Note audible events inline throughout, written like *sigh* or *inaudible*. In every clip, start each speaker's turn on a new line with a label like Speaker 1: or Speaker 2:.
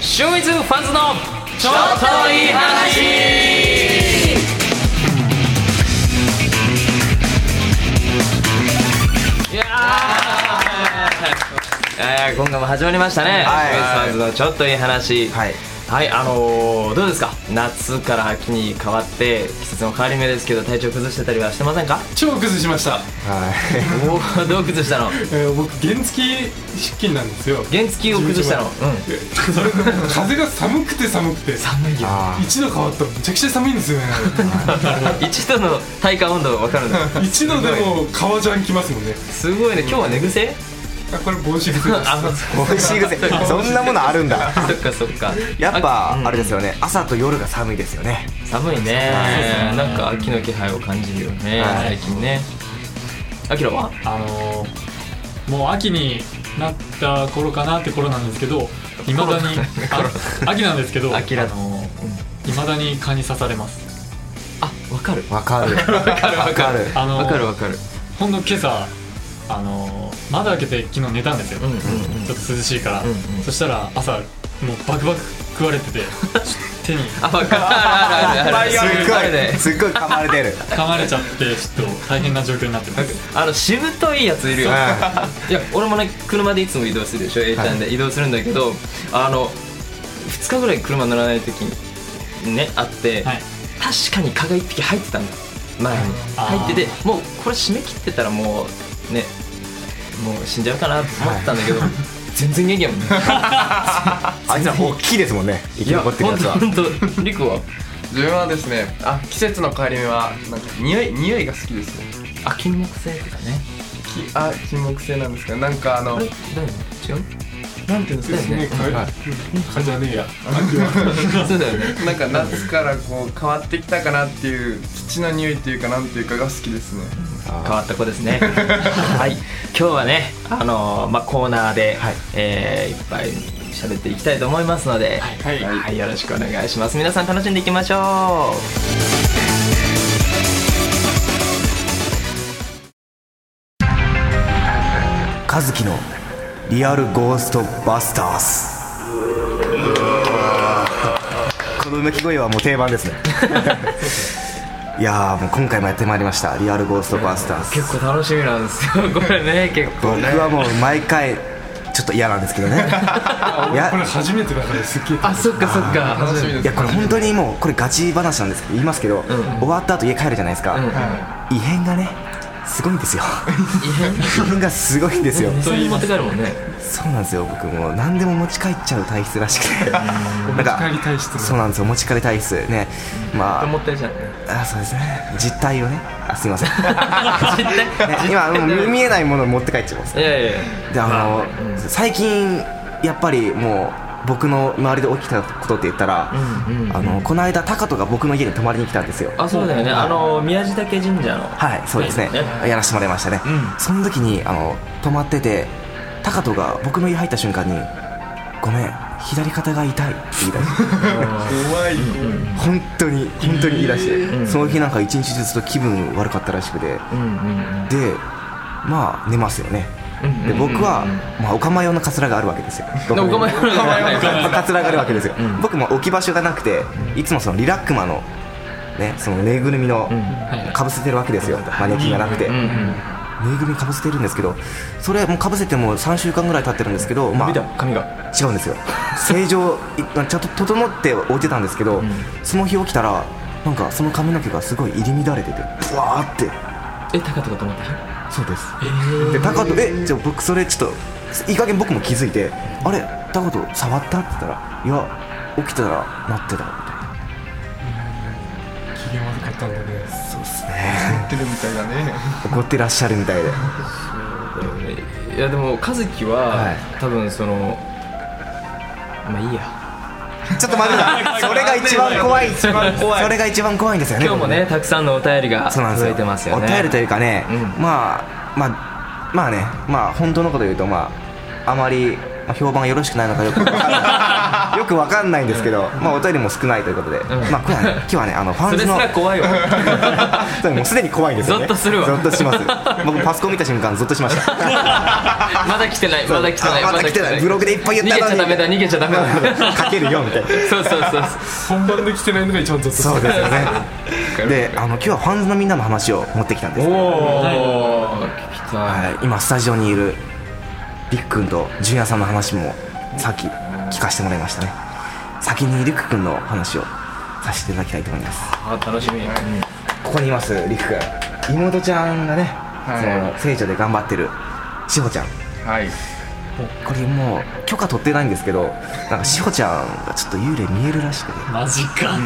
Speaker 1: シューイズファンズのちょっといい話いやーえー今回も始まりましたね、
Speaker 2: はい
Speaker 1: シューイズファンズのちょっといい話
Speaker 2: はい
Speaker 1: はいあのーどうですか夏から秋に変わって季節の変わり目ですけど体調崩してたりはしてませんか
Speaker 3: 超崩しました、
Speaker 2: はい
Speaker 1: おーどう崩したの
Speaker 3: えー僕原付出勤なんですよ
Speaker 1: 原付を崩したの、
Speaker 3: 自分
Speaker 1: うん
Speaker 3: で *laughs* それでも風が寒くて寒くて
Speaker 1: 寒いよ
Speaker 2: あ
Speaker 3: 一度変わったらめちゃくちゃ寒いんですよね
Speaker 1: *laughs* 一度の体感温度分かるんだ
Speaker 3: 一度でもう革ジャン来ますもんね
Speaker 1: すごいね今日は寝癖
Speaker 3: *laughs* あこれ帽子癖です
Speaker 1: あそ
Speaker 2: ー美味しい癖そんなものあるんだ
Speaker 1: っかそっか
Speaker 2: やっ
Speaker 1: あう
Speaker 2: ぱ
Speaker 1: ん
Speaker 2: あれですよね朝と夜が寒いですよね
Speaker 1: 寒いねなんか秋の気配を感じるよね
Speaker 2: はい
Speaker 1: 最近ねあきらは
Speaker 4: あのーもう秋になった頃かなって頃なんです
Speaker 1: *laughs*
Speaker 4: けどいまだにあ秋なんですけど
Speaker 1: 秋だ
Speaker 4: あのーいまだに蚊に刺されます
Speaker 1: あわかる
Speaker 2: わかるわかるわかる
Speaker 4: あのー
Speaker 1: わかるわかる
Speaker 4: ほんの今朝あのー窓開けて昨日寝たんですよ、
Speaker 1: うんうんうん
Speaker 4: ちょっと涼しいから、
Speaker 1: んうん
Speaker 4: そしたら朝もうバクバク食わ
Speaker 1: *laughs*
Speaker 4: れてて手に
Speaker 1: あわかるあるあるある *laughs*
Speaker 2: すっ
Speaker 1: すっごいね
Speaker 2: ごいすっごい噛まれてる
Speaker 4: 噛まれちゃってちょっと大変な状況になってます
Speaker 1: あのしぶといやついるよ
Speaker 2: う
Speaker 1: いや俺もね車でいつも移動するでしょ A ちゃんで移動するんだけど、あの2日ぐらい車乗らない時にねあって、
Speaker 4: はい
Speaker 1: 確かに蚊が1匹入ってたんだ前に
Speaker 4: あー
Speaker 1: 入っててもうこれ締め切ってたらもうねもう死んじゃうかなと思ってたんだ *laughs* けど、全然元気やもんね
Speaker 2: あいつら大きいですもんね生き残ってる
Speaker 1: ほ
Speaker 2: や
Speaker 1: ん
Speaker 2: つ
Speaker 1: と
Speaker 2: は
Speaker 1: ほんとりくは
Speaker 5: 自分はですねあ季節の変わり目はなんか匂い匂いが好きですね
Speaker 1: あ金木犀とかね
Speaker 5: きあ金木犀なんですかなんかあの
Speaker 1: あれだよね違うなんていうんですか
Speaker 3: ですね
Speaker 1: ね
Speaker 3: か蚊じゃねえや秋は
Speaker 1: そうだよね
Speaker 5: なんか夏からこう変わってきたかなっていう土の匂いっていうかなんていうかが好きですね
Speaker 1: 変わった子です *laughs* ねはい今日はねあのーまあ、コーナーで、いえーいっぱい喋っていきたいと思いますので、はい
Speaker 3: はい
Speaker 1: よろしくお願いします皆さん楽しんでいきましょ
Speaker 2: 和樹のリアルゴーストバスターズこの鳴き声はもう定番ですねいやーもう今回もやってまいりましたリアルゴーストバスタ
Speaker 1: う
Speaker 2: ーズ
Speaker 1: 結構楽しみなんですよこれね結構
Speaker 2: 僕
Speaker 1: ね
Speaker 2: はもう毎回ちょっと嫌なんですけ *laughs* どねいや
Speaker 3: これ初めてだからすっげえ
Speaker 1: あそっかそっか
Speaker 5: 楽しみで
Speaker 2: い
Speaker 5: す
Speaker 2: やこれ本当にもうこれガチ話なんですけど言いますけど、終わった後家帰るじゃないですか、異変がねすごいんですよ異変がすごいんですよ
Speaker 1: それに持って帰るもんね
Speaker 2: そうなんですよ僕もう何でも持ち帰っちゃう体質らしくてなんか
Speaker 3: 帰り体質の
Speaker 2: そうなんですよ持ち帰り体質ねま
Speaker 1: 思
Speaker 2: あ
Speaker 1: ったりじゃんね
Speaker 2: *laughs* あそうですね実態をねあすいません、ね、
Speaker 1: 知って
Speaker 2: 今もう見えないものを持って帰っちゃいます
Speaker 1: いやいやいや
Speaker 2: であの、最近やっぱりもう僕の周りで起きたことって言ったら、あのこの間高人が僕の家に泊まりに来たんですよ
Speaker 1: あそうだよねあの宮地嶽神社の
Speaker 2: はいそうですね
Speaker 1: ね
Speaker 2: やらせてもらいましたね、
Speaker 1: う
Speaker 2: その時にあの泊まってて高人が僕の家入った瞬間に「ごめん左肩が痛い」って言い出して
Speaker 5: 怖い
Speaker 2: 本当に本当に言い出して、その日なんか一日中ずっと気分悪かったらしくて、
Speaker 1: うんうんうん
Speaker 2: でまあ寝ますよね、で僕は、まあ、お釜用のカツラがあるわけですよ
Speaker 1: で *laughs* お釜用の
Speaker 2: カツラカツラがあるわけですよ、僕も置き場所がなくていつもそのリラックマのねそのぬいぐるみの、
Speaker 4: はい
Speaker 2: かぶせてるわけですよマネキンがなくて、
Speaker 1: うん
Speaker 2: ぬいぐるみかぶせてるんですけどそれもうかぶせてもう3週間ぐらい経ってるんですけど、まあ、
Speaker 1: 見た
Speaker 2: 違
Speaker 1: 髪が
Speaker 2: うんですよ正常いちゃんと整って置いてたんですけど、その日起きたらなんかその髪の毛がすごい入り乱れててブワーって
Speaker 1: え高とかと思った
Speaker 2: そうです、で高人えじゃあ僕それちょっといい加減僕も気づいて「あれ高人触った?」って言ったら「いや起きたらなってた」
Speaker 3: 機嫌悪かったんだね *laughs*
Speaker 5: やってるみたいだね
Speaker 2: 怒ってらっしゃるみたいで
Speaker 1: いやでも和樹は、
Speaker 2: はい
Speaker 1: 多分そのまあいいや
Speaker 2: *laughs* ちょっと待ってたそれが一番怖い一番怖いそれが一番怖いんですよね
Speaker 1: 今日もねたくさんのお便りが
Speaker 2: そうなんです
Speaker 1: 届
Speaker 2: よ
Speaker 1: いてますよね
Speaker 2: お便りというかね、
Speaker 1: う
Speaker 2: まあまあま
Speaker 1: *laughs*
Speaker 2: あねまあ本当のこと言うとまああまりまあ評判がよろしくないのかよくわからよくわかんないんですけど、まあ、お便りも少ないということで、まあ、今日
Speaker 1: *laughs*
Speaker 2: はね今日はねあのファ
Speaker 1: そ
Speaker 2: ン
Speaker 1: れ
Speaker 2: ズ
Speaker 1: す
Speaker 2: の
Speaker 1: ら怖い
Speaker 2: *laughs*
Speaker 1: わ
Speaker 2: そうもうすでに怖いんですよ
Speaker 1: ゾ
Speaker 2: ね
Speaker 1: ッとするわ
Speaker 2: ゾッとします僕パソコン見た瞬間ゾッとしました
Speaker 1: まだ来てないまだ来てない
Speaker 2: あまだ来てないブログでいっぱい言ったの
Speaker 1: 逃
Speaker 2: に
Speaker 1: げちゃダメだ逃げちゃ *laughs* ダメ
Speaker 2: *laughs*
Speaker 1: だ
Speaker 2: かける4みたいな
Speaker 1: そうそう
Speaker 2: *laughs*
Speaker 1: そうそう
Speaker 3: 本番で来てないのが一番ゾッとする
Speaker 2: そうですよねであの今日はファンズのみんなの話を持ってきたんです、は
Speaker 1: おー聞きたい
Speaker 2: い、今スタジオにいるりっくんと純也さんの話もさっき聞かせてもらいましたね先にりくくんの話をさせていただきたいと思います
Speaker 1: あ楽しみ
Speaker 2: ここにいますりくくん妹ちゃんがね、
Speaker 5: は
Speaker 2: その成長で頑張ってるしほちゃん
Speaker 5: はい
Speaker 2: これもう許可取ってないんですけどなんかしほちゃんがちょっと幽霊見えるらしく
Speaker 4: マジか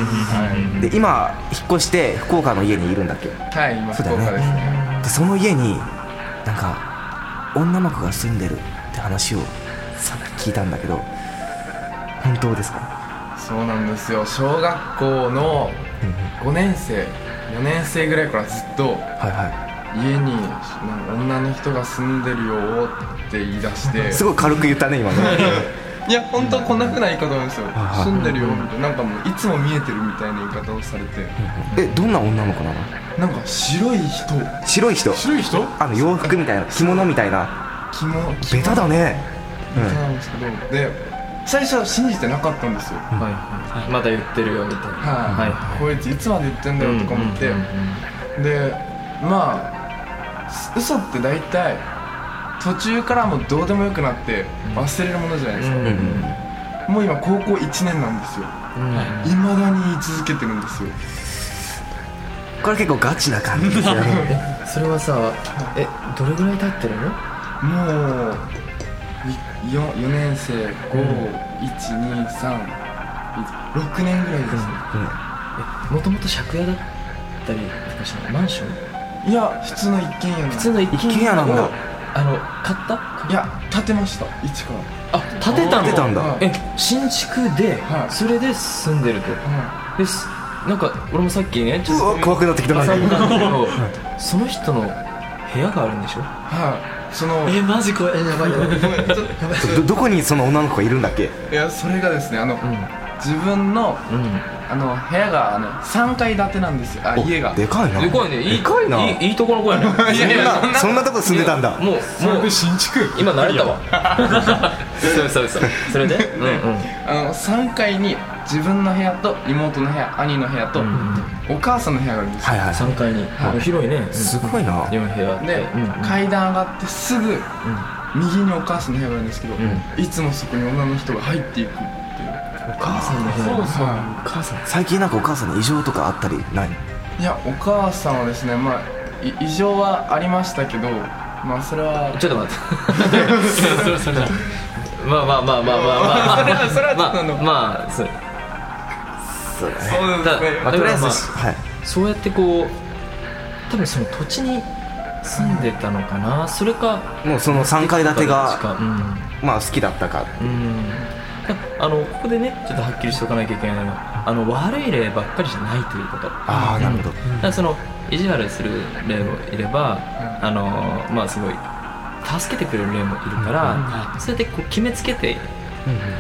Speaker 2: てで今引っ越して福岡の家にいるんだっけ
Speaker 5: はい今
Speaker 2: そう
Speaker 5: 福
Speaker 2: だよね
Speaker 5: 岡ですね
Speaker 2: でその家になんか女の子が住んでるって話をさっき聞いたんだけど本当ですか
Speaker 5: そうなんですよ小学校の5年生4年生ぐらいからずっと
Speaker 2: はいは
Speaker 5: 家になんか女の人が住んでるよって言い出して
Speaker 2: いすごい軽く言ったね今
Speaker 4: *laughs*
Speaker 2: ね
Speaker 5: いや本当こんなふうな言い方なんですよ
Speaker 2: はい
Speaker 5: 住んでるよみたいななんかもういつも見えてるみたいな言い方をされて
Speaker 2: えどんな女の子なの
Speaker 5: なんか白い人
Speaker 2: 白い人
Speaker 3: 白い人
Speaker 2: あの洋服みたいな着物みたいな
Speaker 5: 気も
Speaker 2: ベタだね
Speaker 5: ベタなんですけどで最初は信じてなかったんですよ
Speaker 1: はいはいまだ言ってるよみたいなはい
Speaker 5: はいこいついつまで言ってんだよとか思って
Speaker 1: うんうん
Speaker 5: でまあす嘘って大体途中からもうどうでもよくなって忘れるものじゃないですか、
Speaker 1: うん
Speaker 2: うんうん
Speaker 5: もう今高校1年なんですよ
Speaker 1: うん
Speaker 5: いまだに言い続けてるんですよ
Speaker 2: これ結構ガチな感じですよ
Speaker 4: *laughs*
Speaker 2: ね
Speaker 1: えそれはさえどれぐらい経ってるの
Speaker 5: もう 4, 4年生5123 6年ぐらいですね、
Speaker 1: もともと借家だったりとかしたのマンション
Speaker 5: いや普通の一軒家なん
Speaker 1: 普通の一軒
Speaker 2: 一軒家なんだ
Speaker 1: をあの買った
Speaker 5: いや建てました一から
Speaker 1: あ建てたの
Speaker 2: 建てたんだ
Speaker 1: え新築で、
Speaker 5: はい
Speaker 1: それで住んでると
Speaker 5: は
Speaker 1: ですなんか俺もさっきねちょっ
Speaker 2: うわ怖くなってき
Speaker 1: と
Speaker 2: たな
Speaker 1: 朝見たんだけどその人の部屋があるんでしょ
Speaker 5: い、はい、その
Speaker 4: えマジ怖いや *laughs* ばいやばい
Speaker 5: *laughs* ごめんちょっ
Speaker 2: ど
Speaker 5: と
Speaker 2: どこにその女の子がいるんだっけ
Speaker 5: いやそれがですねあの、
Speaker 1: う
Speaker 5: 自分の
Speaker 1: んうん
Speaker 5: あの部屋があの3階建てなんですよあ
Speaker 2: お
Speaker 5: 家が
Speaker 2: でかいな
Speaker 1: でかいねいい
Speaker 2: でかいない
Speaker 1: いいいとこの子やねいやいや
Speaker 2: そんなとこ住んでたんだ
Speaker 1: もう
Speaker 3: それ
Speaker 1: もう
Speaker 3: で新築
Speaker 1: 今慣れたわそうそうそうそれでうんうん
Speaker 5: あの3階に自分の部屋と妹の部屋兄の部屋と、お母さんの部屋があるんですよ、
Speaker 2: はいはい
Speaker 1: 3階に
Speaker 5: はい
Speaker 1: 広いね
Speaker 2: すごいな
Speaker 1: 4部屋あって
Speaker 5: で、
Speaker 1: うんうん
Speaker 5: 階段上がってすぐ右にお母さんの部屋があるんですけど、いつもそこに女の人が入っていくっていう
Speaker 1: お母さんの部屋
Speaker 5: は
Speaker 2: 最近なんかお母さんに異常とかあったりない
Speaker 5: いいやお母さんはですねまあい異常はありましたけどまあそれは
Speaker 1: ちょっと待って
Speaker 4: それそれじゃ
Speaker 1: *laughs* まあまあまあまあまあまあ
Speaker 5: それはそれはちょっと
Speaker 1: ま
Speaker 5: あ
Speaker 1: あ
Speaker 5: の
Speaker 1: まあそう
Speaker 2: そうだ
Speaker 5: そうですね
Speaker 1: ただ
Speaker 2: とりあえず
Speaker 1: まあ
Speaker 2: はい
Speaker 1: そうやってこう多分その土地に住んでたのかなそれか
Speaker 2: もうその3階建てが
Speaker 1: うん
Speaker 2: まあ好きだったか
Speaker 1: うんあのここでねちょっとはっきりしておかなきゃいけないのはあの悪い例ばっかりじゃないということ
Speaker 2: ああなるほど
Speaker 1: だからその意地悪する例もいれば、あのまあすごい助けてくれる例もいるから、それでこう決めつけて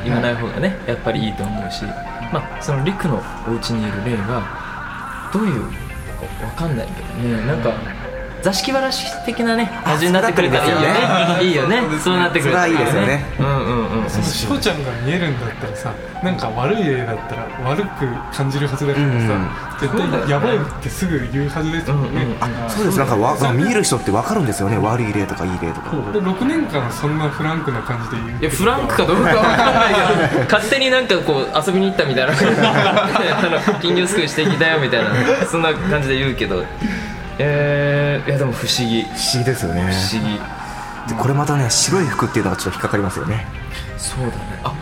Speaker 1: 言わない方がね、やっぱりいいと思うし、まあ、その陸のお家にいる例がどういうかわかんないけどねなんか座敷わらし的なね味になってくれたらいいよねいいよねそうなってくれたら
Speaker 2: それはいいです
Speaker 1: うんうんうん
Speaker 3: そのしほちゃんが見えるんだったらさなんか悪い例だったら悪く感じるはずだからさ、絶対やばいってすぐ言うはずですよね、
Speaker 1: うんうん
Speaker 3: あ
Speaker 2: そうですなんかわまあ見える人って分かるんですよね悪い例とかいい例とか
Speaker 3: で6年間そんなフランクな感じで言う
Speaker 1: いやフランクかどうかわからないけど勝手になんかこう遊びに行ったみたいな *laughs* あの金魚すくいしてきたよみたいなそんな感じで言うけどえー、いやでも不思議
Speaker 2: 不思議ですよね
Speaker 1: 不思議
Speaker 2: でこれまたね白い服っていうのがちょっと引っかかりますよね
Speaker 1: そうだねあ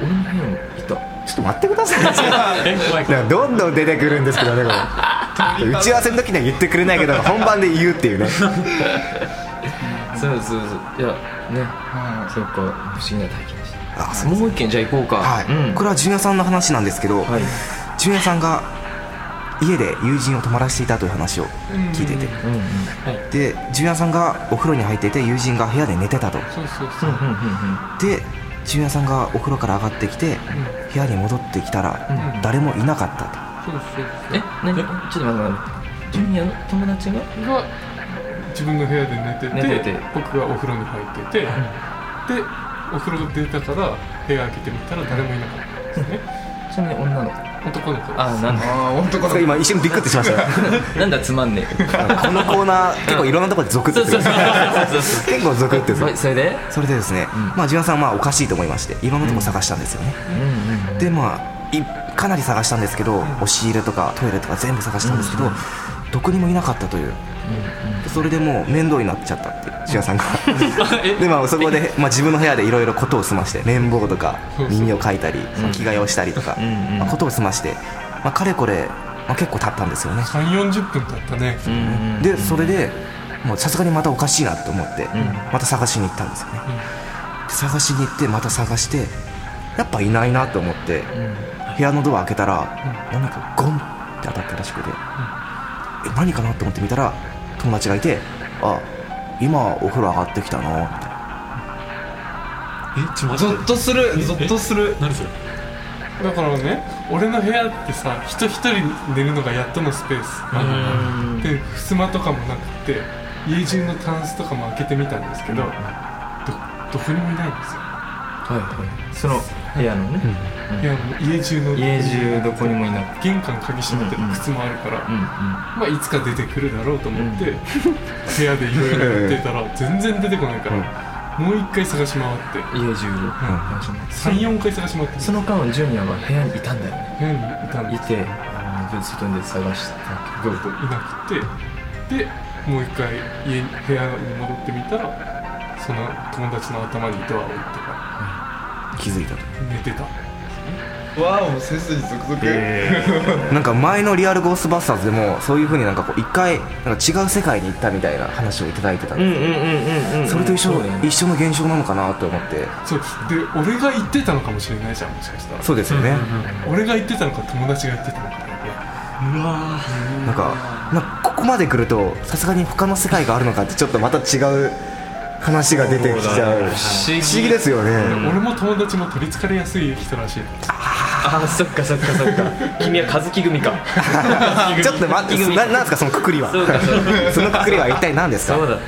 Speaker 1: お俺の部屋もいた
Speaker 2: ちょっと待ってください
Speaker 4: え怖い怖
Speaker 2: な
Speaker 4: い
Speaker 2: んかどんどん出てくるんですけど
Speaker 1: *laughs*
Speaker 2: ねこれ打ち合わせの時には言ってくれないけど本番で言うっていうね
Speaker 1: そうそうそういやね
Speaker 5: は
Speaker 1: そうか不思議な体験でした
Speaker 2: あそう
Speaker 1: もう一軒じゃあ行こうか
Speaker 2: はい、
Speaker 1: うん、
Speaker 2: これは純也さんの話なんですけど、
Speaker 1: はい
Speaker 2: 純也さんが家で友人を泊まらせていたという話を聞いてて、
Speaker 1: うんうん
Speaker 2: で純也さんがお風呂に入っていて友人が部屋で寝てたと
Speaker 3: そうそうそう、
Speaker 1: うんうん
Speaker 2: で純也さんがお風呂から上がってきて部屋に戻ってきたら
Speaker 3: うん
Speaker 2: 誰もいなかった
Speaker 4: そうそう
Speaker 1: え何ちょっと待って待ってジュニアの友達が
Speaker 3: が自分の部屋で寝てて
Speaker 1: 寝てて
Speaker 3: 僕がお風呂に入ってて、でお風呂出たから部屋開けてみたら誰もいなかったんですね
Speaker 1: ちなみに女の子
Speaker 3: 男の子です
Speaker 1: あなんだ
Speaker 5: ああ男の
Speaker 2: と
Speaker 5: 子
Speaker 2: 今一瞬ビクってしましたね
Speaker 1: *laughs* なんだつまんね *laughs* え
Speaker 2: このコーナー結構いろんなところでゾクってする *laughs* 結構ゾクってす
Speaker 1: そ
Speaker 2: る
Speaker 1: いそれで
Speaker 2: それでですね、まあ純也さんはまあおかしいと思いましていろんなとこ探したんですよね、
Speaker 1: うんうん
Speaker 2: でまあいかなり探したんですけど、押し入れとかトイレとか全部探したんですけど、どこにもいなかったという、それでもう面倒になっちゃったってシュアさんが
Speaker 1: *laughs*
Speaker 2: でまあそこで、まあ、自分の部屋でいろいろことを済まして綿棒とか耳を描いたり、着替えをしたりとか、
Speaker 1: うんうん
Speaker 2: まあことを済まして、まあ、かれこれ、まあ、結構経ったんですよね、
Speaker 3: 3 4 0分経ったね、
Speaker 1: うんうん
Speaker 2: でそれでもうさすがにまたおかしいなと思って、
Speaker 1: ん
Speaker 2: また探しに行ったんですよね、で探しに行ってまた探してやっぱいないなと思って、部屋のドア開けたら、何かゴンって当たったらしくて、え何かなと思って見たら友達がいて「あ今お風呂上がってきたの」みたいな
Speaker 4: えちょっと
Speaker 5: ゾ
Speaker 4: 待っ
Speaker 5: ッとするゾッとする
Speaker 4: て何それ
Speaker 3: だからね俺の部屋ってさ人一人寝るのがやっとのスペース
Speaker 1: うん
Speaker 3: で襖とかもなくて家中のタンスとかも開けてみたんですけどどどこにもいないんですよ
Speaker 1: はいはいその部屋のね
Speaker 3: いやもう家中の
Speaker 1: 家中どこにもいなく
Speaker 3: 玄関鍵閉めてる靴もあるから、
Speaker 1: うんうん
Speaker 3: まあ、いつか出てくるだろうと思って、部屋でいろいろやってたら全然出てこないから、もう一回探し回って
Speaker 1: 家中の話ね
Speaker 3: 34回探し回って
Speaker 1: その間ジュニアは部屋にいたんだよね
Speaker 3: 部屋にいたん
Speaker 1: い
Speaker 3: です
Speaker 1: てあの外に出て探したけど
Speaker 3: いなくてでもう一回家に部屋に戻ってみたらその友達の頭にドアを置いてか
Speaker 2: 気づいたと
Speaker 3: ら寝てた
Speaker 5: わお背筋ゾクゾク
Speaker 2: なんか前のリアルゴーストバスターズでもそういうふうになんかこう一回なんか違う世界に行ったみたいな話をいただいてたんですよ、
Speaker 1: うんうんうん
Speaker 2: それと一緒,、
Speaker 1: そうだよね
Speaker 2: 一緒の現象なのかなと思って
Speaker 3: そうで俺が言ってたのかもしれないじゃんもしかしたら
Speaker 2: そうですよね、
Speaker 3: 俺が言ってたのか友達が言ってたのかだよね
Speaker 2: なんかなんかここまで来るとさすがに他の世界があるのかってちょっとまた違う話が出てきちゃ
Speaker 1: 思議
Speaker 2: う不思議ですよね
Speaker 3: 俺も友達も取りつかれやすい人らしいです
Speaker 1: あそっかそっかそっか君は和樹組 *laughs* か
Speaker 2: ちょっと待ってななんですかそのくくりは
Speaker 1: そうかそうか
Speaker 2: そのくくりは一体何です
Speaker 1: そう
Speaker 2: か
Speaker 1: だ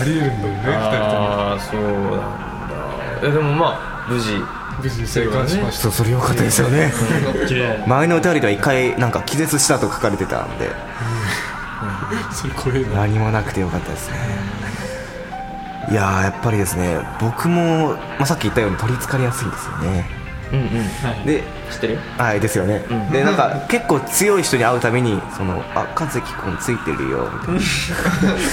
Speaker 3: ありえるんだよね2人とも
Speaker 1: ああそうなんだえでもまあ無事
Speaker 3: 無事に生還しまし
Speaker 2: そうそれよかったですよね
Speaker 1: 綺麗
Speaker 2: 前の歌よりでは一回なんか気絶したと書かれてたんで
Speaker 3: たそれ怖えな
Speaker 2: 何もなくてよかったですねいやーやっぱりですね僕も、まあ、さっき言ったように取りつかれやすいですよね
Speaker 1: うんうん
Speaker 4: はい
Speaker 2: で
Speaker 1: 知ってるよ
Speaker 2: はいですよね、でなんか結構強い人に会うたびに「そのあ和樹君ついてるよ」みたいな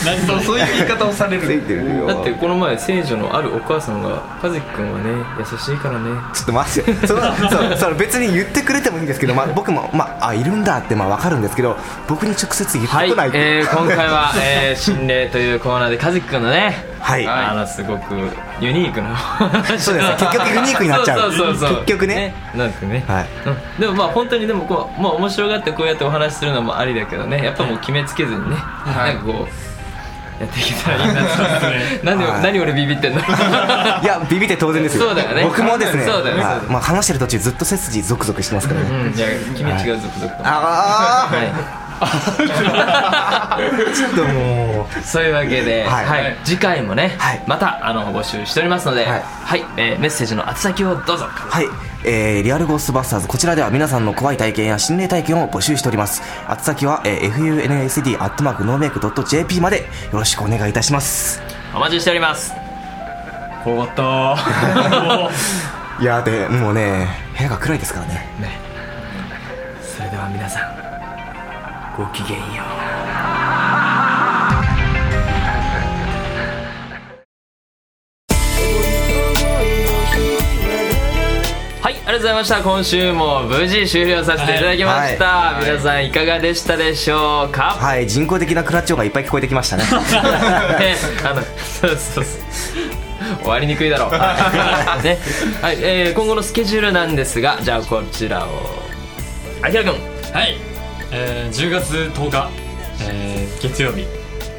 Speaker 4: 何それ
Speaker 5: そう *laughs* いう言い方をさ
Speaker 2: 「
Speaker 5: れ
Speaker 2: つい
Speaker 5: る
Speaker 2: てるよ」
Speaker 1: だってこの前聖女のあるお母さんが「和樹くんはね優しいからね
Speaker 2: ちょっと待ってよそのそうその別に言ってくれてもいいんですけど、まあ、僕も、まあ、あいるんだってまあ分かるんですけど僕に直接言っ
Speaker 1: は
Speaker 2: て
Speaker 1: い、
Speaker 2: こないって
Speaker 1: えー、今回は、えー、心霊というコーナーで和樹くんのね、
Speaker 2: *laughs* はい
Speaker 1: あのすごくユニークな話
Speaker 2: そうですね結局ユニークになっちゃう
Speaker 1: そうそうそうそう
Speaker 2: 結局ね
Speaker 1: なんてね、
Speaker 2: はい
Speaker 1: うん、でもまあ本当にでもこう、まあ、面白がってこうやってお話しするのもありだけどねやっぱもう決めつけずにね、
Speaker 5: い
Speaker 1: なんかこうやっていけたらいいなと何で
Speaker 2: はい
Speaker 1: 何俺ビビってんの
Speaker 2: いやビビって当然ですよ
Speaker 1: そうだよね
Speaker 2: 僕もですね
Speaker 1: そうだよね
Speaker 2: は
Speaker 1: そ
Speaker 2: い
Speaker 1: うだよね
Speaker 2: まあ、話してる途中ずっと背筋ゾクゾクしてますからね、
Speaker 1: うんじゃあ君違う続々と、
Speaker 2: ああ
Speaker 1: はい
Speaker 2: ちょっともう
Speaker 1: そういうわけで、
Speaker 2: は
Speaker 1: はいい
Speaker 2: はい
Speaker 1: 次回もね、
Speaker 2: はい
Speaker 1: またあの募集しておりますので、
Speaker 2: は
Speaker 1: はいいえーメッセージの宛先をどうぞ
Speaker 2: はい、えー、リアルゴーストバスターズこちらでは皆さんの怖い体験や心霊体験を募集しております宛先は、えー、funsd.nomake.jp までよろしくお願いいたします
Speaker 1: お待ちしております怖かった
Speaker 2: いやでもうね部屋が暗いですからね
Speaker 1: ーねそれでは皆さんごきげんようはい、ありがとうございました。今週も無事終了させていただきました。
Speaker 2: はい
Speaker 1: 皆さんいかがでしたでしょうか。
Speaker 2: はい人工的なクラッチ音がいっぱい聞こえてきましたね
Speaker 1: ね *laughs* あのそうそうそう終わりにくいだろう、ねはいえー今後のスケジュールなんですがじゃあこちらをあきらくん
Speaker 4: はい、えー10月10日、えー月曜日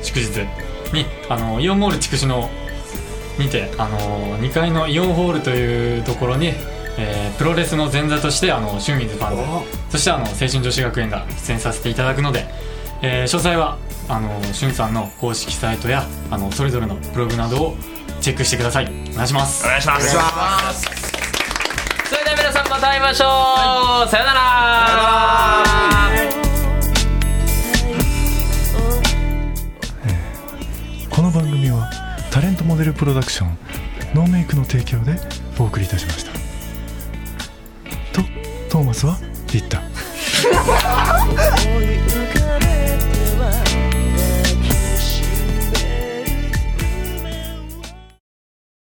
Speaker 4: 祝日にあのイオンモール筑紫のにて、あの2階のイオンホールというところに、えープロレスの前座としてあのシュンウィズファンズそしてあの青春女子学園が出演させていただくので、えー詳細はあのしゅんさんの公式サイトやあのそれぞれのブログなどをチェックしてくださいお願いします
Speaker 1: 願いしますそれでは皆さんまた会いましょう、さよなら
Speaker 3: この番組はタレントモデルプロダクションノーメイクの提供でお送りいたしましたとトーマスは言った